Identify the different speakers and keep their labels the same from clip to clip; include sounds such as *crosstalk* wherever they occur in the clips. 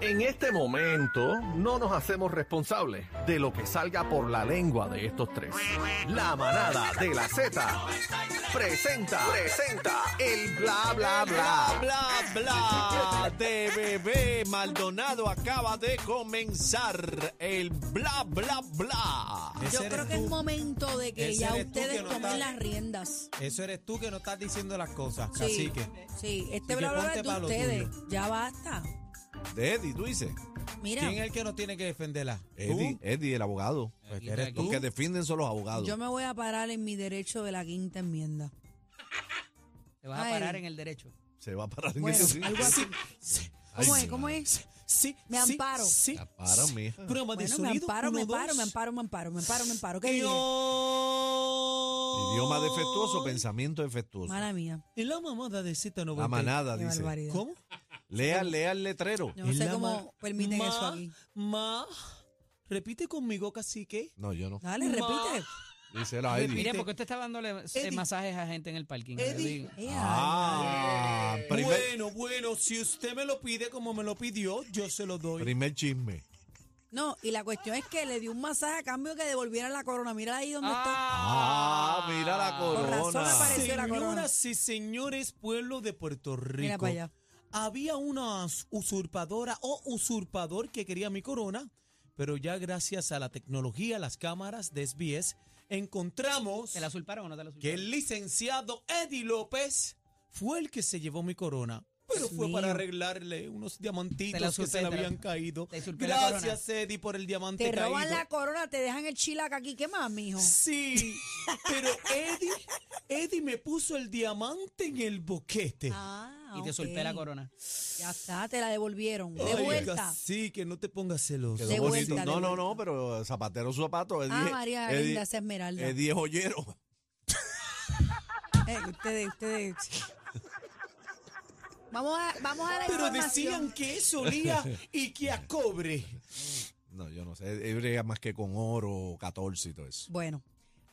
Speaker 1: En este momento no nos hacemos responsables de lo que salga por la lengua de estos tres. La manada de la Z presenta, presenta el bla bla
Speaker 2: Bla,
Speaker 1: bla.
Speaker 2: bla, bla de bebé Maldonado acaba de comenzar el bla, bla, bla.
Speaker 3: Ese
Speaker 4: Yo
Speaker 3: eres
Speaker 4: creo que
Speaker 3: tú.
Speaker 4: es momento de que
Speaker 3: Ese
Speaker 4: ya
Speaker 3: eres tú
Speaker 4: ustedes
Speaker 3: que no
Speaker 4: tomen
Speaker 3: estás-
Speaker 4: las riendas.
Speaker 3: Eso eres tú que no estás diciendo las cosas,
Speaker 4: Sí,
Speaker 3: así que
Speaker 4: sí,
Speaker 3: que
Speaker 4: este bla bla bla
Speaker 3: ponte
Speaker 4: es de
Speaker 3: pa' lo
Speaker 4: ustedes.
Speaker 3: tuyo.
Speaker 4: Ya basta.
Speaker 2: De Eddie, tú dices.
Speaker 4: Mira,
Speaker 3: ¿Quién es el que nos tiene que defenderla? ¿Tú?
Speaker 2: Eddie, Eddie, el abogado.
Speaker 3: Pues eres
Speaker 2: Los
Speaker 3: tú.
Speaker 2: que defienden son los abogados.
Speaker 4: yo me voy a parar en mi derecho de la quinta enmienda.
Speaker 5: Te vas
Speaker 4: Ay.
Speaker 5: a parar en el derecho.
Speaker 2: Se va a parar en
Speaker 4: Bueno,
Speaker 2: *laughs* eso. Sí.
Speaker 4: pues, algo así.
Speaker 2: Ay,
Speaker 4: ¿Cómo
Speaker 2: sí.
Speaker 4: es? ¿Cómo es?
Speaker 3: Sí,
Speaker 4: Me
Speaker 3: sí,
Speaker 4: amparo.
Speaker 3: Sí,
Speaker 2: Te amparan, mija.
Speaker 3: Broma de
Speaker 4: Bueno, me
Speaker 3: sonido,
Speaker 4: amparo, me
Speaker 3: uno,
Speaker 4: amparo,
Speaker 3: dos.
Speaker 4: me amparo, me amparo, me amparo, me amparo. ¿Qué dije?
Speaker 3: Yo-
Speaker 2: Idioma defectuoso, pensamiento defectuoso.
Speaker 4: Mala mía.
Speaker 3: En la mamada de Z no
Speaker 2: La manada,
Speaker 4: Qué
Speaker 2: dice.
Speaker 4: barbaridad.
Speaker 3: ¿Cómo?
Speaker 2: Lea, lea el letrero.
Speaker 4: Yo no
Speaker 3: En
Speaker 4: sé
Speaker 3: la ma-
Speaker 4: cómo permiten
Speaker 3: ma-
Speaker 4: eso aquí.
Speaker 3: Ma, repite conmigo, cacique.
Speaker 2: No, yo no.
Speaker 4: Dale,
Speaker 3: ma-
Speaker 4: repite.
Speaker 2: Dice la Eddie.
Speaker 5: Mire, porque usted está dándole eh,
Speaker 3: Eddie.
Speaker 5: masajes a gente en el parking.
Speaker 3: Eddie.
Speaker 5: Eddie.
Speaker 4: Ea,
Speaker 2: Ah, primer,
Speaker 3: Bueno, bueno, si usted me lo pide como me lo pidió, yo se lo doy.
Speaker 2: primer chisme.
Speaker 4: No, y la cuestión es que le di un masaje a cambio que devolvieran la corona. Mira ahí donde
Speaker 2: Ah, mira la
Speaker 4: razón
Speaker 2: corona.
Speaker 4: apareció. la corona.
Speaker 3: Señoras y señores, pueblo de Puerto Rico.
Speaker 4: Mira para allá.
Speaker 3: Había una usurpadora o usurpador que quería mi corona, pero ya gracias a la tecnología, las cámaras de SBS, encontramos
Speaker 5: ¿Te la usurparon o no te la
Speaker 3: que
Speaker 5: usurparon?
Speaker 3: el licenciado Eddie López fue el que se llevó mi corona. Pero
Speaker 4: Dios
Speaker 3: fue
Speaker 4: mío.
Speaker 3: para arreglarle unos diamantitos que
Speaker 5: usurpé,
Speaker 3: se le
Speaker 5: te la-
Speaker 3: habían caído.
Speaker 5: te usurpé la corona.
Speaker 3: Gracias, Eddie, por el diamante
Speaker 4: está. Te
Speaker 3: caído.
Speaker 4: roban la corona, te dejan el chilaca aquí. ¿Qué más, mijo?
Speaker 3: Sí, pero Eddie, Eddie me puso el diamante en el boquete.
Speaker 4: Ah,
Speaker 5: Y te usurpé la
Speaker 4: ok.
Speaker 5: corona.
Speaker 4: Ya está, te la devolvieron. De
Speaker 3: Ay,
Speaker 4: vuelta.
Speaker 3: Sí, que no te pongas celoso.
Speaker 4: De
Speaker 2: Quedó bonito.
Speaker 4: vuelta, de
Speaker 2: No, no,
Speaker 4: vuelta.
Speaker 2: no, pero zapatero su zapato. Eddie,
Speaker 4: Ah, María
Speaker 2: Eddie-
Speaker 4: Linda, esa esmeralda.
Speaker 2: Eddie es joyero.
Speaker 4: Eh, ustedes, ustedes. Vamos a, vamos a la
Speaker 3: Pero
Speaker 4: información.
Speaker 3: decían que eso olía y que a cobre.
Speaker 2: No, yo no sé. Él brega más que con oro, 14 y todo eso.
Speaker 4: Bueno,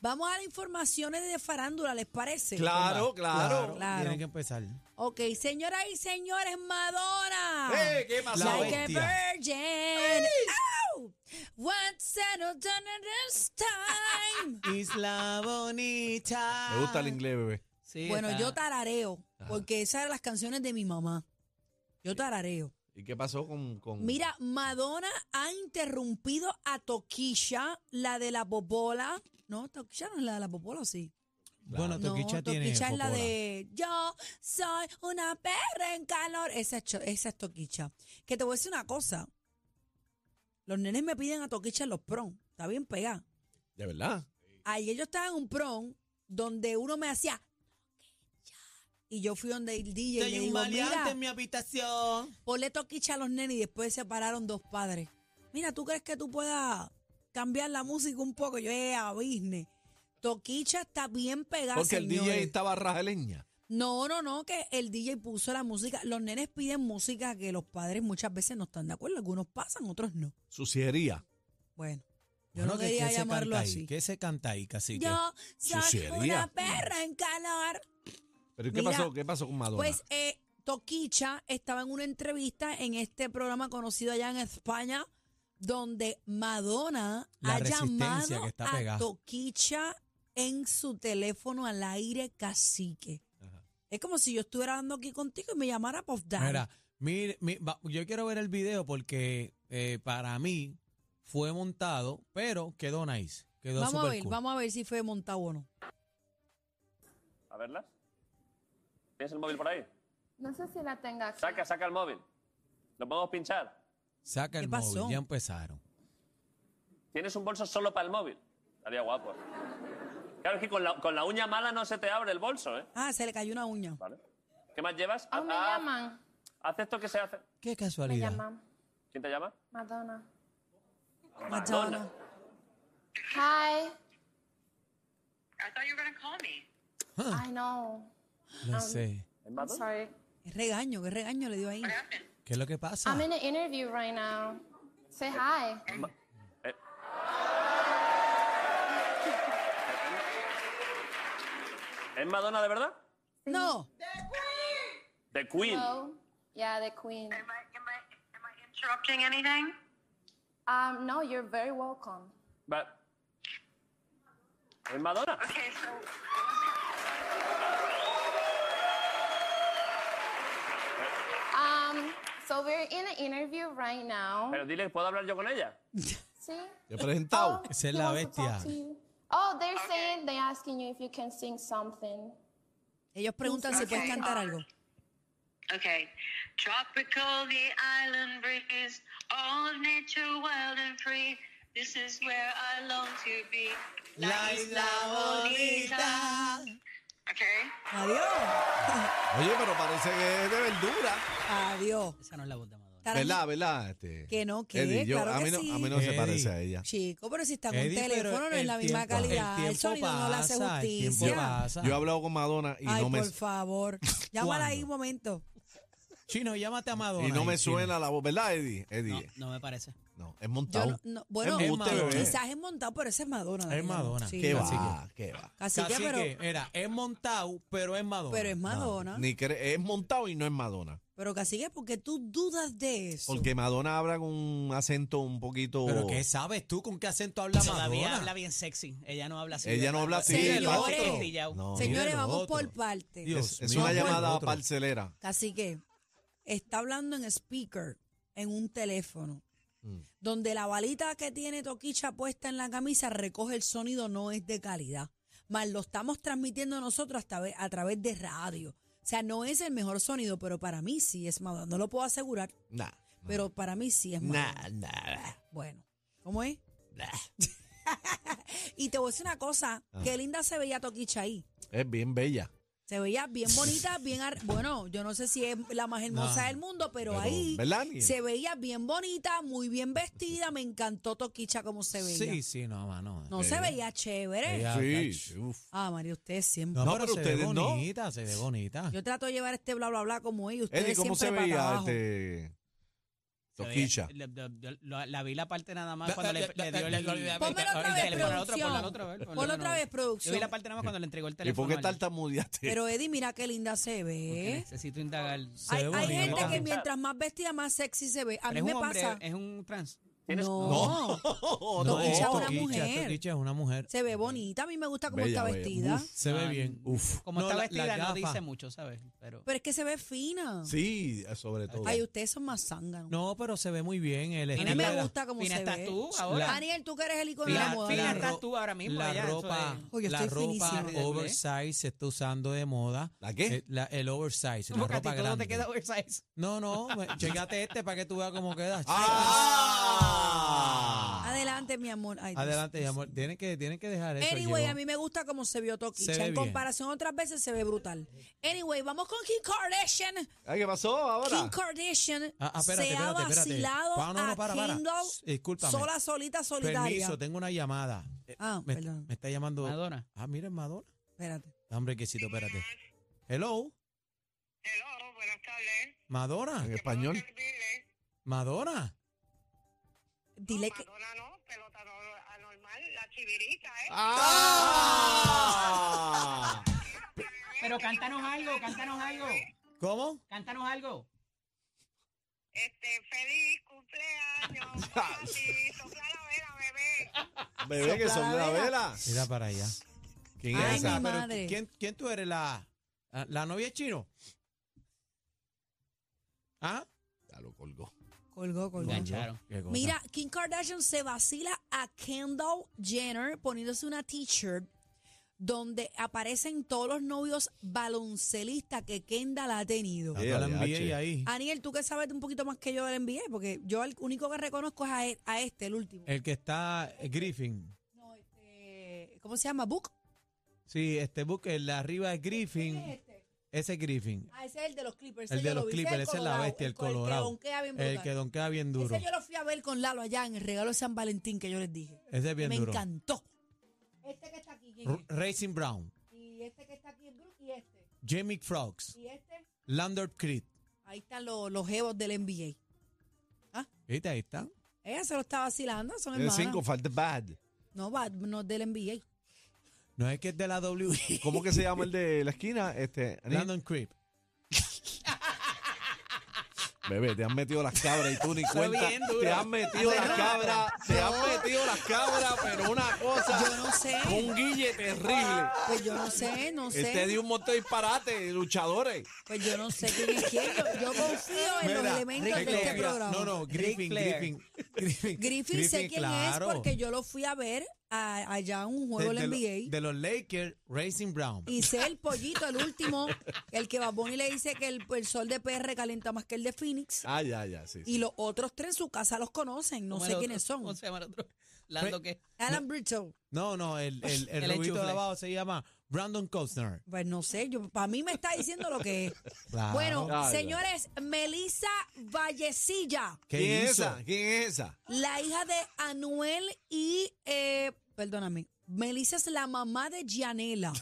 Speaker 4: vamos a las informaciones de farándula, ¿les parece?
Speaker 3: Claro,
Speaker 2: Claro, claro.
Speaker 4: Claro.
Speaker 3: Tienen que empezar.
Speaker 4: Ok, señoras y señores, Madonna.
Speaker 2: ¡Eh, qué pasó!
Speaker 3: La
Speaker 4: Like a
Speaker 3: bestia.
Speaker 4: virgin. Ow! Once and a done and this time.
Speaker 3: Isla bonita.
Speaker 2: Me
Speaker 4: Ah.
Speaker 2: gusta el inglés, bebé.
Speaker 5: Sí,
Speaker 4: bueno,
Speaker 5: está-
Speaker 4: yo tarareo, porque esas eran las canciones de mi mamá. Yo tarareo.
Speaker 2: ¿Y qué pasó con...? con-
Speaker 4: Mira, Madonna ha interrumpido a Toquilla, la de la popola. No, Toquilla no es la de la popola, ¿o sí.
Speaker 3: Bueno, Toquicha
Speaker 4: no,
Speaker 3: tiene.
Speaker 4: Toquicha es la
Speaker 3: popola.
Speaker 4: de yo soy una perra en calor. Esa es, cho- esa es Toquicha. Que te voy a decir una cosa. Los nenes me piden a Toquicha en los prom. Está bien pegada.
Speaker 2: ¿De verdad?
Speaker 4: Ayer yo estaba en un prom donde uno me hacía "Toquicha". y yo fui donde el DJ y
Speaker 3: Hay
Speaker 4: le
Speaker 3: un
Speaker 4: digo,
Speaker 3: maleante
Speaker 4: mira,
Speaker 3: en mi habitación.
Speaker 4: ponle toquicha a los nenes y después se pararon dos padres. Mira, ¿tú crees que tú puedas cambiar la música un poco? Yo, eh, a business. Toquicha está bien pegada,
Speaker 2: Porque el DJ
Speaker 4: señores.
Speaker 2: estaba rajaleña.
Speaker 4: No, no, no, que el DJ puso la música. Los nenes piden música que los padres muchas veces no están de acuerdo. Algunos pasan, otros no.
Speaker 2: Suciería.
Speaker 4: Bueno, yo
Speaker 3: Bueno,
Speaker 4: no
Speaker 3: ¿qué-
Speaker 4: quería
Speaker 3: qué se
Speaker 4: llamarlo
Speaker 3: canta ahí?
Speaker 4: así.
Speaker 3: ¿Qué se canta ahí, cacique?
Speaker 4: Yo soy
Speaker 2: Suciería.
Speaker 4: una perra en calor.
Speaker 2: ¿Pero ¿y qué
Speaker 4: Mira,
Speaker 2: pasó? ¿Qué pasó con Madonna?
Speaker 4: Pues eh, Toquicha estaba en una entrevista en este programa conocido allá en España, donde Madonna
Speaker 3: La
Speaker 4: ha
Speaker 3: resistencia
Speaker 4: llamado
Speaker 3: que está
Speaker 4: a
Speaker 3: pegada.
Speaker 4: Toquicha en su teléfono al aire cacique.
Speaker 2: Ajá.
Speaker 4: Es como si yo estuviera dando aquí contigo y me llamara Puff Daddy.
Speaker 3: Mira, mire, mi- va- yo quiero ver el video porque eh, para mí fue montado, pero quedó nice. Quedó
Speaker 4: vamos a
Speaker 3: super
Speaker 4: ver,
Speaker 3: cool.
Speaker 4: vamos a ver si fue montado o no.
Speaker 6: A verlas. ¿Tienes el móvil por ahí?
Speaker 7: No sé si la tenga aquí.
Speaker 6: Saca, saca el móvil. ¿Lo podemos pinchar?
Speaker 3: Saca el
Speaker 4: ¿Qué pasó?
Speaker 3: móvil, ya empezaron.
Speaker 6: ¿Tienes un bolso solo para el móvil? Estaría guapo. Claro, es que con la, con la uña mala no se te abre el bolso, ¿eh?
Speaker 4: Ah, se le cayó una uña.
Speaker 6: Vale. ¿Qué más llevas?
Speaker 7: Aún me
Speaker 6: Ah,
Speaker 7: llaman.
Speaker 6: Haz esto que se hace.
Speaker 3: Qué
Speaker 7: Me
Speaker 3: casualidad.
Speaker 7: llama
Speaker 6: ¿Quién te llama?
Speaker 7: Madonna.
Speaker 4: Madonna.
Speaker 7: Hi,
Speaker 8: I thought you were going to call me.
Speaker 7: I know.
Speaker 3: No sé.
Speaker 6: ¿Es
Speaker 7: I'm
Speaker 6: Madonna?
Speaker 7: sorry.
Speaker 4: Qué regaño, qué regaño le dio ahí.
Speaker 8: What happened?
Speaker 3: ¿Qué es lo que pasa?
Speaker 7: I'm in an interview right now. Say hi.
Speaker 6: Eh, ¿Es Madonna de verdad?
Speaker 4: No,
Speaker 6: The Queen.
Speaker 7: Hello. Yeah, the queen.
Speaker 8: Am I, am I, am I interrupting anything?
Speaker 7: Um, no, you're very welcome.
Speaker 6: Va- ¿Es Madonna?
Speaker 8: Okay, so
Speaker 7: Um, so we're in an interview right now.
Speaker 6: Pero dile, ¿puedo hablar yo con ella?
Speaker 7: See? Oh,
Speaker 2: Te he
Speaker 4: oh,
Speaker 2: presentado.
Speaker 3: Esa es
Speaker 7: he
Speaker 3: la
Speaker 7: wants to talk
Speaker 3: bestia.
Speaker 7: to you. Oh, they're saying they're asking you if you can sing something.
Speaker 4: ellos preguntan si puedes cantar algo.
Speaker 8: Okay. Tropical, the island breeze, all of nature wild and free. This is where I long to be. La isla bonita. Okay.
Speaker 4: Adiós.
Speaker 2: Oye, pero parece que es de verdura.
Speaker 4: Adiós.
Speaker 5: Esa no es la voz de Madonna.
Speaker 4: Tara-
Speaker 2: ¿Verdad, verdad? Este,
Speaker 4: Que no, que
Speaker 2: Eddie, yo-
Speaker 4: claro
Speaker 2: a
Speaker 4: que
Speaker 2: mí no,
Speaker 4: sí.
Speaker 2: A mí no se
Speaker 3: Eddie.
Speaker 2: parece a ella.
Speaker 4: Chico, pero si está con
Speaker 3: Eddie, pero
Speaker 4: teléfono no es
Speaker 3: el
Speaker 4: la misma
Speaker 3: tiempo-
Speaker 4: calidad. El,
Speaker 3: tiempo
Speaker 4: sonido no le hace
Speaker 3: pasa, el tiempo
Speaker 4: justicia.
Speaker 3: pasa.
Speaker 2: Yo he hablado con Madonna y
Speaker 4: Ay,
Speaker 2: no me,
Speaker 4: por
Speaker 3: *laughs*
Speaker 4: favor. Llámala ahí un momento.
Speaker 3: Chino, llámate a Madonna.
Speaker 2: y no me
Speaker 3: ahí, Chino.
Speaker 2: suena la voz, ¿verdad, Eddie?
Speaker 5: No,
Speaker 2: Eddie,
Speaker 5: no me parece.
Speaker 2: no, es
Speaker 4: Yo
Speaker 2: montado.
Speaker 4: no- no- bueno,
Speaker 2: Es
Speaker 3: embuste, bebé.
Speaker 4: quizás es montado, pero esa es Madonna. la
Speaker 3: Es
Speaker 4: que llama.
Speaker 3: Madonna.
Speaker 4: Sí.
Speaker 2: ¿Qué
Speaker 3: Cacique.
Speaker 2: va? ¿Qué va?
Speaker 4: Así que,
Speaker 3: Cacique,
Speaker 4: pero,
Speaker 3: era, es montado, pero es Madonna.
Speaker 4: pero es Madonna.
Speaker 2: Ni cre- es montado y no es Madonna.
Speaker 4: Pero cacique, porque tú dudas de eso.
Speaker 2: Porque Madonna habla con un acento un poquito.
Speaker 3: Pero ¿qué sabes tú con qué acento habla
Speaker 5: Todavía
Speaker 3: Madonna?
Speaker 5: habla bien sexy. Ella no habla así.
Speaker 2: Ella no habla así.
Speaker 5: Ella
Speaker 4: Señores.
Speaker 5: no habla así, castillao.
Speaker 2: No,
Speaker 4: Señores,
Speaker 3: mira,
Speaker 4: vamos
Speaker 3: otro.
Speaker 4: por partes.
Speaker 3: Dios.
Speaker 2: es, es
Speaker 3: mío,
Speaker 2: una
Speaker 3: bueno,
Speaker 2: llamada
Speaker 3: otro.
Speaker 2: parcelera.
Speaker 4: Cacique, está hablando en speaker, en un teléfono,
Speaker 2: Mm.
Speaker 4: donde la balita que tiene Toquicha puesta en la camisa recoge el sonido, no es de calidad. Más lo estamos transmitiendo nosotros hasta ve- a través de radio. O sea, no es el mejor sonido, pero para mí sí es Madonna. No lo puedo asegurar,
Speaker 2: Nah.
Speaker 4: pero para mí sí es Madonna.
Speaker 2: Nah, nah.
Speaker 4: Bueno, ¿cómo es? y te voy a decir una cosa,
Speaker 2: Ah.
Speaker 4: qué linda se veía Toquicha ahí.
Speaker 2: Es bien bella.
Speaker 4: Se veía bien bonita, bien ar- *laughs* bueno, yo no sé si es la más hermosa del mundo, pero,
Speaker 2: Pero,
Speaker 4: ahí
Speaker 2: ¿verdad, Aniel?
Speaker 4: se veía bien bonita, muy bien vestida, me encantó Toquicha como se veía.
Speaker 3: Sí, sí, no, mano.
Speaker 4: no se veía chévere.
Speaker 3: Ella- Ya,
Speaker 2: Sí,
Speaker 3: cach.
Speaker 2: sí, uf.
Speaker 4: Ah, María, usted siempre.
Speaker 3: No,
Speaker 2: No,
Speaker 3: pero,
Speaker 2: pero
Speaker 3: se ve
Speaker 2: ustedes no.
Speaker 3: bonita, se ve bonita.
Speaker 4: Yo trato de llevar este bla bla bla como ella, ustedes
Speaker 2: Eddie, ¿cómo se
Speaker 4: siempre para
Speaker 2: veía
Speaker 4: abajo.
Speaker 2: este
Speaker 5: Se veía-
Speaker 2: Toquilla?
Speaker 5: la- la- la- la vi la parte nada más
Speaker 3: Da-
Speaker 5: cuando le,
Speaker 3: da- da-
Speaker 5: le dio el,
Speaker 3: da- da- da-
Speaker 5: el
Speaker 4: Pónmelo otra vez,
Speaker 5: teléfono al otro,
Speaker 4: producción.
Speaker 5: ponlo otra vez,
Speaker 4: Ponlo otra vez,
Speaker 5: Yo vi la
Speaker 4: producción.
Speaker 5: parte nada más cuando le entregó el
Speaker 2: ¿Y
Speaker 5: teléfono.
Speaker 2: por qué
Speaker 5: al-
Speaker 2: tartamudeaste? *laughs*
Speaker 4: Pero Eddie, mira qué linda se
Speaker 5: porque
Speaker 4: ve.
Speaker 5: Necesito indagar.
Speaker 3: Se
Speaker 4: Hay,
Speaker 3: ve
Speaker 4: hay
Speaker 3: bonita.
Speaker 4: gente que mientras más vestida, más sexy se ve. A
Speaker 5: Pero
Speaker 4: mí
Speaker 5: es
Speaker 4: me
Speaker 5: un hombre,
Speaker 4: pasa.
Speaker 5: es un trans.
Speaker 4: No,
Speaker 3: No,
Speaker 4: Toquicha es una
Speaker 3: Toquicha,
Speaker 4: mujer.
Speaker 3: Toquicha es una mujer.
Speaker 4: se ve bonita, a mí me gusta cómo
Speaker 2: Bella,
Speaker 4: está
Speaker 2: bella.
Speaker 4: vestida.
Speaker 2: Uf.
Speaker 3: Se ve bien.
Speaker 2: Uf.
Speaker 5: Como
Speaker 3: No,
Speaker 5: está
Speaker 3: la-
Speaker 5: vestida
Speaker 3: la
Speaker 5: no
Speaker 3: gafa.
Speaker 5: dice mucho, ¿sabes? Pero
Speaker 4: Pero es que se ve fina.
Speaker 2: Sí, sobre todo.
Speaker 4: Ay, ustedes son más zánganos.
Speaker 3: No, pero se ve muy bien. El
Speaker 4: a mí
Speaker 3: estilo
Speaker 4: me
Speaker 3: de la-
Speaker 4: gusta cómo
Speaker 5: fina
Speaker 4: se
Speaker 5: estás
Speaker 4: ve.
Speaker 5: tú ahora.
Speaker 4: Daniel, tú que eres el icono de
Speaker 5: Fina-
Speaker 4: la moda.
Speaker 5: fina
Speaker 4: Daniel.
Speaker 5: estás tú ahora mismo,
Speaker 3: La
Speaker 5: ya, eso
Speaker 3: ropa,
Speaker 5: es.
Speaker 4: Oye,
Speaker 3: la
Speaker 4: estoy
Speaker 3: ropa
Speaker 4: finísima.
Speaker 3: oversize se está usando de moda.
Speaker 2: ¿La qué?
Speaker 3: Eh, la- el oversize, la
Speaker 5: porque a ti
Speaker 3: ropa
Speaker 5: todo te
Speaker 3: grande.
Speaker 5: queda oversize.
Speaker 3: No, no,
Speaker 4: *laughs*
Speaker 3: me- checate este para que tú veas cómo queda.
Speaker 2: ¡Ah!
Speaker 4: Adelante, mi amor. Ay, Dios.
Speaker 3: Adelante, mi amor. Tienen que, tienen que dejar eso.
Speaker 4: Anyway,
Speaker 3: llegó.
Speaker 4: a mí me gusta cómo se vio
Speaker 3: Se
Speaker 4: Toquicha.
Speaker 3: ve
Speaker 4: En
Speaker 3: bien.
Speaker 4: comparación a otras veces se ve brutal. Anyway, vamos con Kim Kardashian.
Speaker 2: Ay, ¿Qué pasó
Speaker 4: Kim
Speaker 2: ahora?
Speaker 4: Kardashian
Speaker 3: Ah, ah, espérate,
Speaker 4: se ha
Speaker 3: espérate, espérate.
Speaker 4: vacilado
Speaker 3: Pa- no, no,
Speaker 4: a
Speaker 3: para, para.
Speaker 4: Kendall
Speaker 3: Shh, discúlpame.
Speaker 4: sola, solita, solitaria.
Speaker 3: Permiso, tengo una llamada. Eh,
Speaker 4: Ah,
Speaker 3: me,
Speaker 4: perdón.
Speaker 3: me está llamando.
Speaker 5: Madonna.
Speaker 3: Ah, mira, es Madonna.
Speaker 4: Espérate.
Speaker 3: Hombre, quesito, espérate. Hello,
Speaker 8: Hello, buenas tardes.
Speaker 3: Madonna.
Speaker 2: En español.
Speaker 8: servirle?
Speaker 3: Madonna.
Speaker 4: Dile que...
Speaker 8: Madonna no, pelota no, anormal, la chivirita, ¿eh?
Speaker 4: *laughs*
Speaker 2: ¡Ah!
Speaker 5: Pero cántanos algo, cántanos algo.
Speaker 3: ¿Cómo?
Speaker 5: Cántanos algo.
Speaker 8: Este, feliz cumpleaños. para ti, Sopla la vela, bebé.
Speaker 2: Bebé, que son la vela.
Speaker 3: Mira para allá.
Speaker 2: ¿Quién
Speaker 4: Ay,
Speaker 2: es
Speaker 4: mi
Speaker 2: esa?
Speaker 4: ma- madre.
Speaker 3: ¿quién, quién tú eres? ¿La, la, la novia de chino? ¿Ah?
Speaker 2: Ya lo colgó.
Speaker 4: Colgó, colgó.
Speaker 5: Engancharon.
Speaker 3: Qué cosa.
Speaker 4: Mira, Kim Kardashian se vacila a Kendall Jenner poniéndose una t-shirt donde aparecen todos los novios baloncelistas que Kendall ha tenido.
Speaker 3: Está toda la
Speaker 2: Ya,
Speaker 3: NBA
Speaker 2: ya,
Speaker 3: ahí.
Speaker 4: Aniel, tú que sabes un poquito más que yo del NBA, porque yo el único que reconozco es a, e- a este, el último.
Speaker 3: El que está eh, Griffin.
Speaker 4: No, este, ¿Cómo se llama? ¿Book?
Speaker 3: Sí, este Booker, la arriba es Griffin. Ese es Griffin.
Speaker 4: Ah, ese es el de los Clippers.
Speaker 3: El
Speaker 4: ese
Speaker 3: de
Speaker 4: yo
Speaker 3: los
Speaker 4: lo vi,
Speaker 3: Clippers,
Speaker 4: del
Speaker 3: ese es la
Speaker 4: Colorado,
Speaker 3: bestia, el
Speaker 4: co-
Speaker 3: colorado.
Speaker 4: El que donkea bien
Speaker 3: El
Speaker 4: brutal.
Speaker 3: que donkea bien duro.
Speaker 4: Ese yo lo fui a ver con Lalo allá en el regalo de San Valentín que yo les dije.
Speaker 3: Ese es bien
Speaker 4: me
Speaker 3: duro.
Speaker 4: encantó. Este que está aquí, ¿quién
Speaker 3: R- Racing Brown,
Speaker 4: es? Y este que está aquí es Brook y este.
Speaker 3: Jamie Frogs,
Speaker 4: Y este.
Speaker 3: Lander Creed.
Speaker 4: Ahí están los, los jevos del NBA.
Speaker 3: ¿Viste? Ahí está.
Speaker 4: Ella se lo está vacilando, son
Speaker 2: El
Speaker 4: hermanas.
Speaker 2: 5, Falta Bad.
Speaker 4: No, va, no del NBA.
Speaker 3: No es que es de la W. *laughs*
Speaker 2: ¿Cómo que se llama el de la esquina? Este,
Speaker 3: Landon Creed.
Speaker 2: Bebé, te han metido las cabras y tú ni cuenta.
Speaker 5: bien duro.
Speaker 2: Te han metido las
Speaker 4: Pero-
Speaker 2: cabras, te han
Speaker 4: No.
Speaker 2: metido las cabras, pero una cosa.
Speaker 4: Yo no sé.
Speaker 2: Un guille terrible.
Speaker 4: Pues yo no sé, no sé.
Speaker 2: Este dio un montón de disparate de luchadores.
Speaker 4: Pues yo no sé quién es quién. Yo, yo confío en los
Speaker 3: Mira,
Speaker 4: elementos
Speaker 3: Rick
Speaker 4: de este
Speaker 3: Flair.
Speaker 4: programa.
Speaker 3: No, no, Griffin,
Speaker 5: Flair.
Speaker 3: Griffin, Griffin.
Speaker 4: Griffin, sé quién
Speaker 3: claro.
Speaker 4: es porque yo lo fui a ver a- allá a un juego
Speaker 3: de,
Speaker 4: del
Speaker 3: de lo-
Speaker 4: NBA.
Speaker 3: de los Lakers, Racing Brown.
Speaker 4: y sé el pollito, el último, el que Baboni le dice que el, el sol de PR calienta más que el de Phoenix.
Speaker 2: Ah, ya, ya, sí.
Speaker 4: Y los otros tres en su casa los conocen, no
Speaker 5: ¿Cómo
Speaker 4: sé
Speaker 5: el
Speaker 4: quiénes
Speaker 5: otro?
Speaker 4: son.
Speaker 5: ¿Cómo se llama el otro? Lando, ¿qué?
Speaker 4: Alan Brittle.
Speaker 3: No, no, el, el,
Speaker 4: *laughs*
Speaker 3: el,
Speaker 5: El
Speaker 3: rubito de
Speaker 5: enchufle.
Speaker 3: abajo se llama Brandon Costner.
Speaker 4: Pues no sé, yo para mí me está diciendo lo que es.
Speaker 3: Claro.
Speaker 4: Bueno,
Speaker 2: Claro.
Speaker 4: señores, Melissa Vallecilla,
Speaker 3: ¿Qué
Speaker 2: ¿Quién es
Speaker 3: hizo?
Speaker 2: esa? ¿Quién es esa?
Speaker 4: la hija de Anuel y, eh, perdóname, Melissa es la mamá de Gianela,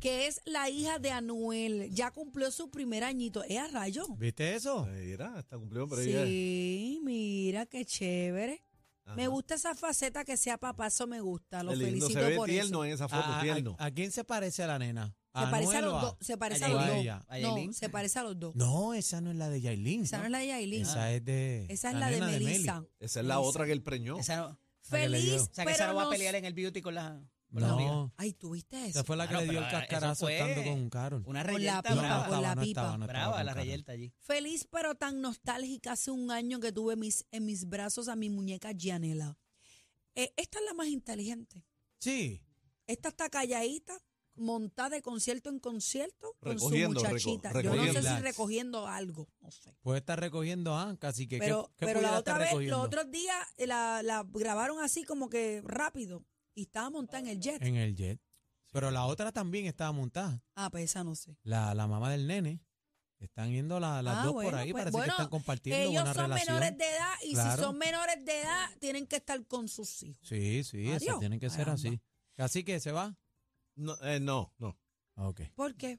Speaker 4: que es la hija de Anuel. Ya cumplió su primer añito. ¿Es a rayo?
Speaker 3: ¿Viste eso?
Speaker 2: Mira, está cumplido, pero ella-
Speaker 4: Sí, mira, qué chévere.
Speaker 2: Ajá.
Speaker 4: Me gusta esa faceta que sea papá, eso me gusta. Lo
Speaker 2: Qué lindo,
Speaker 4: felicito
Speaker 2: se ve
Speaker 4: por eso.
Speaker 2: tierno
Speaker 4: Ah,
Speaker 2: en esa foto,
Speaker 3: ¿A, a-
Speaker 2: tierno.
Speaker 3: a quién se parece a la nena?
Speaker 4: Se parece a
Speaker 3: Anuel o
Speaker 4: los
Speaker 3: a-
Speaker 4: dos. Se parece a
Speaker 3: o
Speaker 4: los
Speaker 3: a
Speaker 4: dos.
Speaker 3: ella?
Speaker 5: A
Speaker 4: No,
Speaker 5: Yailin.
Speaker 4: se parece a los dos.
Speaker 3: No, esa no es la de Yailin.
Speaker 4: Esa no es la de Yailin.
Speaker 3: Esa es de.
Speaker 4: Esa es la, de
Speaker 3: nena Meli.
Speaker 4: Melissa.
Speaker 2: Esa es la otra que él preñó.
Speaker 5: Esa no-
Speaker 3: que le dio.
Speaker 4: Feliz,
Speaker 5: o sea, que esa
Speaker 4: pero
Speaker 5: no va a
Speaker 4: no...
Speaker 5: pelear en el beauty con la, con la amiga.
Speaker 3: No,
Speaker 4: Ay, ¿tuviste
Speaker 3: esa
Speaker 4: eso?
Speaker 3: fue la que
Speaker 5: Ah, no,
Speaker 3: le dio el
Speaker 5: pero
Speaker 3: cascarazo
Speaker 5: eso fue
Speaker 3: estando con Carol.
Speaker 5: Una
Speaker 4: Con la
Speaker 5: reyelta
Speaker 4: pipa,
Speaker 5: brava.
Speaker 4: con la
Speaker 3: no
Speaker 4: pipa.
Speaker 3: estaba, no estaba
Speaker 5: brava
Speaker 3: con
Speaker 5: la
Speaker 3: Karol.
Speaker 5: reyelta allí.
Speaker 4: Feliz, pero tan nostálgica hace un año que tuve mis, en mis brazos a mi muñeca Gianela. Eh, esta es la más inteligente.
Speaker 3: Sí.
Speaker 4: Esta está calladita, montada de concierto en concierto con
Speaker 2: Recogiendo,
Speaker 4: su
Speaker 2: reco-
Speaker 4: muchachita. Yo no sé
Speaker 3: recogiendo.
Speaker 4: si recogiendo algo, no sé.
Speaker 3: Puede estar recogiendo Anca, así que. ¿qué-
Speaker 4: Pero,
Speaker 3: qué
Speaker 4: pero
Speaker 3: pudiera
Speaker 4: la
Speaker 3: estar
Speaker 4: otra vez,
Speaker 3: recogiendo?
Speaker 4: los otros días, eh, la, la grabaron así como que rápido y estaba montada en el jet.
Speaker 3: En el jet. Pero la otra también estaba montada.
Speaker 4: Ah, pues esa no sé.
Speaker 3: La, la mamá del nene. Están yendo la- las
Speaker 4: Ah,
Speaker 3: dos
Speaker 4: bueno,
Speaker 3: por ahí.
Speaker 4: pues,
Speaker 3: parece
Speaker 4: bueno,
Speaker 3: que están compartiendo
Speaker 4: Ellos
Speaker 3: buena
Speaker 4: son
Speaker 3: relación.
Speaker 4: menores de edad y si
Speaker 3: Claro.
Speaker 4: son menores de edad, tienen que estar con sus hijos.
Speaker 3: Sí, sí, eso
Speaker 4: Adiós.
Speaker 3: tienen que ser
Speaker 4: Caramba.
Speaker 3: así. Así que se va.
Speaker 2: No, eh, no, no.
Speaker 3: Ok.
Speaker 4: ¿Por qué?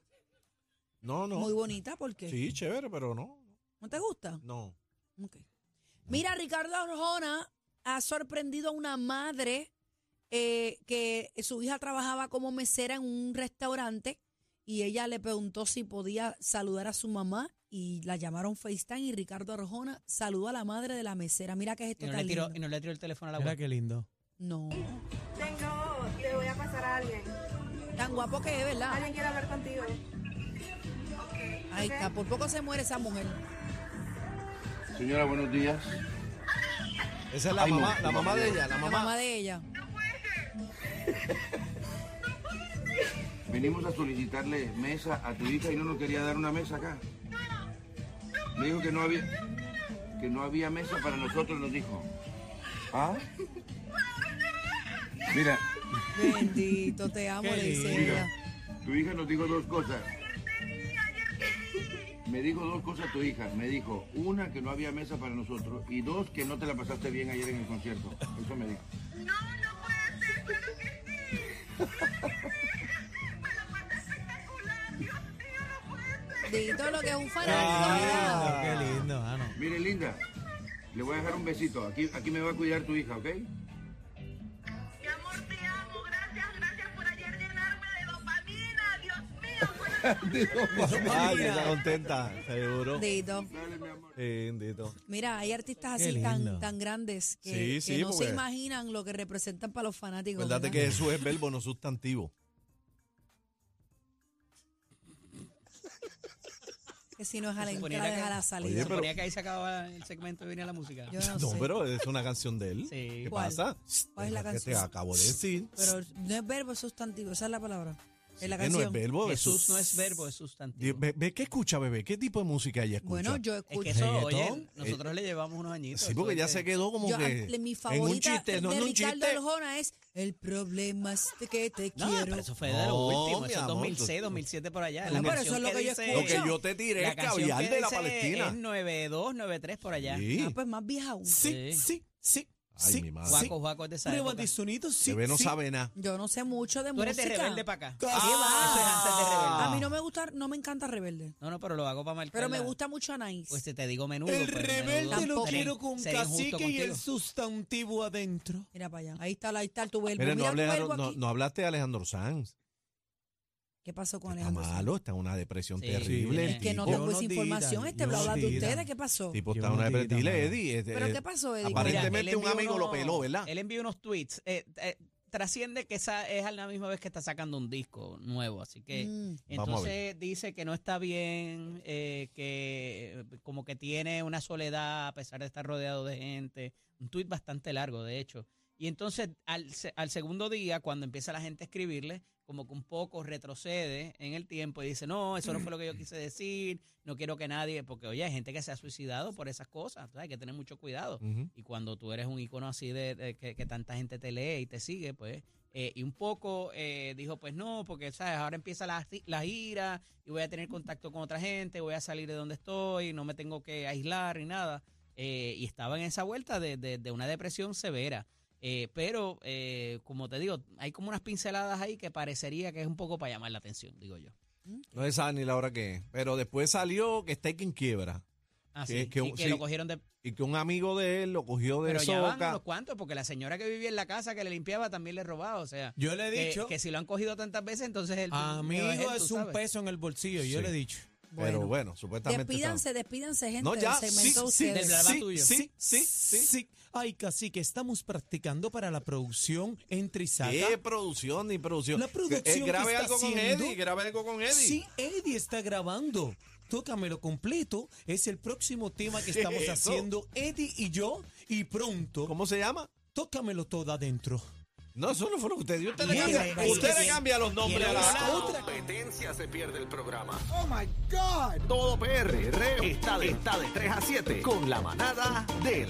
Speaker 2: No, no.
Speaker 4: Muy bonita, ¿por qué?
Speaker 2: Sí, chévere, pero no.
Speaker 4: ¿No te gusta?
Speaker 2: No.
Speaker 4: Ok. Mira, Ricardo Arjona ha sorprendido a una madre eh, que su hija trabajaba como mesera en un restaurante y ella le preguntó si podía saludar a su mamá y la llamaron FaceTime y Ricardo Arjona saludó a la madre de la mesera. Mira que es
Speaker 5: Y
Speaker 4: esto
Speaker 5: no,
Speaker 4: tan
Speaker 5: le tiró, y
Speaker 4: lindo.
Speaker 5: no le tiró el teléfono a la
Speaker 3: Mira
Speaker 5: abuela.
Speaker 3: qué lindo.
Speaker 4: No,
Speaker 9: Tengo, le voy a pasar a alguien.
Speaker 4: tan guapo que es, ¿verdad?
Speaker 9: ¿Alguien quiere hablar contigo?
Speaker 4: Ahí está, por poco se muere esa mujer.
Speaker 10: Señora, buenos días.
Speaker 2: Esa es la
Speaker 10: Ay, no,
Speaker 2: mamá,
Speaker 10: no,
Speaker 2: la mamá
Speaker 10: no.
Speaker 2: de ella, la
Speaker 4: La
Speaker 2: mamá.
Speaker 4: mamá de ella.
Speaker 10: Venimos a solicitarle mesa a tu hija y no nos quería dar una mesa acá. Me dijo que no había que no había mesa para nosotros, nos dijo. ¿Ah? Mira,
Speaker 4: Bendito, te amo,
Speaker 3: Qué
Speaker 4: le dice
Speaker 3: lindo.
Speaker 4: ella.
Speaker 10: tu hija nos dijo dos cosas. Me dijo dos cosas tu hija. Me dijo, una, que no había mesa para nosotros y dos, que no te la pasaste bien ayer en el concierto. Eso me dijo.
Speaker 9: No, no puede ser, claro que sí. *laughs* Pero fue espectacular, Dios mío, no puede ser.
Speaker 4: Dito lo que es un fanático,
Speaker 3: Ah, qué lindo, ah, no.
Speaker 10: Mire, linda, le voy a dejar un besito. Aquí, aquí me va a cuidar tu hija, ¿ok?
Speaker 9: Mi amor, te amo. Gracias, gracias por ayer llenarme de dopamina. Dios mío, fue una
Speaker 2: Ay, que Ah, está contenta, seguro.
Speaker 4: mira. Dito.
Speaker 2: Eh, bendito.
Speaker 4: Mira, hay artistas
Speaker 3: Qué
Speaker 4: así
Speaker 3: lindo.
Speaker 4: tan, tan grandes que,
Speaker 2: Sí,
Speaker 4: que
Speaker 2: sí,
Speaker 4: no
Speaker 2: porque-
Speaker 4: se imaginan lo que representan para los fanáticos.
Speaker 2: Acuérdate que
Speaker 4: ¿verdad?
Speaker 2: Jesús es verbo, no sustantivo.
Speaker 4: Que si no es a la
Speaker 5: Se ponía
Speaker 4: entrada, es
Speaker 5: la
Speaker 4: a
Speaker 5: cara.
Speaker 4: la
Speaker 5: Se
Speaker 4: salida.
Speaker 2: Oye, pero-
Speaker 5: suponía que ahí se acababa el segmento y venía la música.
Speaker 4: Yo no,
Speaker 2: No,
Speaker 4: sé.
Speaker 2: pero es una canción de él.
Speaker 5: Sí.
Speaker 2: ¿Qué
Speaker 4: ¿Cuál?
Speaker 2: pasa?
Speaker 4: ¿Cuál es la
Speaker 2: Que te
Speaker 4: canción?
Speaker 2: acabo de decir.
Speaker 4: Pero no es verbo, es sustantivo, esa es la palabra. en la
Speaker 2: que no
Speaker 4: canción.
Speaker 2: es verbo. es
Speaker 5: Jesús
Speaker 2: su-
Speaker 5: no es verbo, es sustantivo.
Speaker 2: Di- Ve, ve, ¿Qué escucha, bebé? ¿Qué tipo de música ella escucha?
Speaker 4: Bueno, yo
Speaker 5: Es
Speaker 4: escucho.
Speaker 5: que eso,
Speaker 2: Reggaetón,
Speaker 5: oye, nosotros le llevamos unos añitos.
Speaker 2: Eh, Sí,
Speaker 5: eso
Speaker 2: porque
Speaker 5: es
Speaker 2: ya
Speaker 5: que-
Speaker 2: se quedó como
Speaker 4: Yo, a-
Speaker 2: que
Speaker 4: le- mi
Speaker 2: en
Speaker 4: favorita
Speaker 2: un chiste, no
Speaker 4: de
Speaker 2: en un
Speaker 4: Ricardo
Speaker 2: chiste.
Speaker 4: Arjona es El problema es que te
Speaker 5: No,
Speaker 4: quiero.
Speaker 5: pero eso fue de
Speaker 2: No,
Speaker 5: lo último,
Speaker 2: mi
Speaker 5: eso es
Speaker 2: amor,
Speaker 5: 2006,
Speaker 2: tú-
Speaker 5: 2007 por allá.
Speaker 2: No, pero
Speaker 5: canción
Speaker 4: eso es lo que yo
Speaker 5: dice-
Speaker 4: escucho.
Speaker 2: Lo que yo te tiré es
Speaker 5: canción
Speaker 2: caviar
Speaker 5: que
Speaker 2: de la
Speaker 5: dice
Speaker 2: Palestina.
Speaker 5: Es 92, 93 por allá.
Speaker 2: Sí.
Speaker 4: Ah, pues más vieja aún.
Speaker 3: Sí,
Speaker 5: Sí.
Speaker 3: sí, sí.
Speaker 2: Ay,
Speaker 3: sí,
Speaker 2: mi madre.
Speaker 3: sí.
Speaker 5: Guaco, guaco es de esa
Speaker 3: Prueba
Speaker 5: época.
Speaker 3: de sonido, sí.
Speaker 2: bebé no
Speaker 3: sí.
Speaker 2: sabe nada.
Speaker 4: Yo no sé mucho de
Speaker 5: Tú eres
Speaker 4: música.
Speaker 5: de rebelde para acá.
Speaker 4: ¿Qué va?
Speaker 5: Ah, Eso es antes de rebelde.
Speaker 2: Ah.
Speaker 4: A mí no me gusta, no me encanta rebelde.
Speaker 5: No, no, pero lo hago para marcar.
Speaker 4: Pero me
Speaker 5: la-
Speaker 4: gusta mucho Anaís.
Speaker 5: Pues te, te digo menudo.
Speaker 3: El
Speaker 5: pues,
Speaker 3: rebelde
Speaker 5: menudo
Speaker 3: lo
Speaker 5: seré-
Speaker 3: quiero con
Speaker 5: seré injusto
Speaker 3: cacique y el
Speaker 5: contigo.
Speaker 3: sustantivo adentro.
Speaker 4: Mira para allá. Ahí está, ahí está el tu verbo.
Speaker 2: Mira, no,
Speaker 4: Mira tu
Speaker 2: hables a-
Speaker 4: verbo
Speaker 2: no-
Speaker 4: aquí.
Speaker 2: no hablaste de Alejandro Sanz.
Speaker 4: ¿Qué pasó con
Speaker 2: Está
Speaker 4: Alejandro? Sanz?
Speaker 2: malo, está en una depresión
Speaker 5: Sí.
Speaker 2: terrible.
Speaker 5: Sí,
Speaker 2: el
Speaker 4: Es que no
Speaker 3: Yo
Speaker 2: tipo.
Speaker 4: tengo
Speaker 3: no
Speaker 4: esa
Speaker 3: diga,
Speaker 4: información. Este
Speaker 3: yo
Speaker 4: bla
Speaker 2: no
Speaker 4: bla de
Speaker 2: diga.
Speaker 4: ustedes. ¿Qué pasó?
Speaker 2: tipo
Speaker 3: Yo
Speaker 2: está en
Speaker 3: no
Speaker 2: una
Speaker 3: diga
Speaker 2: depresión. Dile,
Speaker 3: nada.
Speaker 2: Eddie. eh,
Speaker 4: ¿Pero
Speaker 2: eh,
Speaker 4: qué pasó, Eddie?
Speaker 2: aparentemente-
Speaker 5: Mira, él
Speaker 2: un
Speaker 5: envió
Speaker 2: amigo lo
Speaker 5: unos-
Speaker 2: peló, ¿verdad?
Speaker 5: Él envió unos tweets. eh, eh, trasciende que esa es a la misma vez que está sacando un disco nuevo. Así que
Speaker 4: Mm.
Speaker 2: Vamos a ver.
Speaker 5: entonces dice que no está bien, eh, que eh, como que tiene una soledad a pesar de estar rodeado de gente. Un tuit bastante largo, de hecho. Y entonces al, se- al segundo día, cuando empieza la gente a escribirle, como que un poco retrocede en el tiempo y dice, no, eso no fue lo que yo quise decir, no quiero que nadie, porque oye, hay gente que se ha suicidado por esas cosas, ¿sabes? hay que tener mucho cuidado.
Speaker 2: ujú.
Speaker 5: Y cuando tú eres un icono así de, de que, que tanta gente te lee y te sigue, pues. eh, y un poco eh, dijo, pues no, porque sabes, ahora empieza la, gi- la gira y voy a tener contacto con otra gente, voy a salir de donde estoy, no me tengo que aislar ni nada. Eh, y estaba en esa vuelta de, de- de una depresión severa. Eh, pero, eh, como te digo, hay como unas pinceladas ahí que parecería que es un poco para llamar la atención, digo yo.
Speaker 2: No se sabe ni la hora que es. Pero después salió que está en quiebra.
Speaker 5: Ah,
Speaker 2: Sí,
Speaker 5: sí,
Speaker 2: es que
Speaker 5: y
Speaker 2: un-
Speaker 5: que
Speaker 2: sí.
Speaker 5: lo cogieron de,
Speaker 2: Y que un amigo de él lo cogió de
Speaker 5: Pero ya van
Speaker 2: soca.
Speaker 5: unos cuantos, porque la señora que vivía en la casa que le limpiaba también le robaba. O sea,
Speaker 3: Yo le he
Speaker 5: que-
Speaker 3: dicho-
Speaker 5: Que, si lo han cogido tantas veces, entonces él.
Speaker 3: A mi hijo
Speaker 5: él, tú
Speaker 3: es un
Speaker 5: sabes.
Speaker 3: peso en el bolsillo, yo
Speaker 2: Sí.
Speaker 3: le he dicho.
Speaker 2: Pero bueno, supuestamente. está-
Speaker 4: Despídanse, despídanse, gente.
Speaker 2: No, ya.
Speaker 4: del
Speaker 2: Sí,
Speaker 4: segmento de
Speaker 2: sí,
Speaker 4: ustedes.
Speaker 5: Del blabla
Speaker 3: sí,
Speaker 5: tuyo.
Speaker 3: Sí, sí, sí, Ay, casi que estamos practicando para la producción entre y saca.
Speaker 2: ¿Qué producción ni producción?
Speaker 3: La producción que
Speaker 2: Eh, grabe
Speaker 3: está
Speaker 2: algo con
Speaker 3: haciendo-
Speaker 2: Eddie, grabe algo con Eddie.
Speaker 3: Sí, Eddie está grabando. Tócamelo completo. Es el próximo tema que estamos
Speaker 2: *laughs* Eso.
Speaker 3: haciendo Eddie y yo. Y pronto,
Speaker 2: ¿Cómo se llama?
Speaker 3: Tócamelo todo adentro.
Speaker 2: No, eso no fue lo que usted dio. Usted le
Speaker 3: Mira,
Speaker 2: cambia,
Speaker 3: es
Speaker 2: usted
Speaker 3: que
Speaker 2: le cambia los nombres a
Speaker 1: La
Speaker 2: la otra.
Speaker 1: competencia se pierde el programa. Oh my God. Todo PR está de, está de 3 a 7 con la manada de la.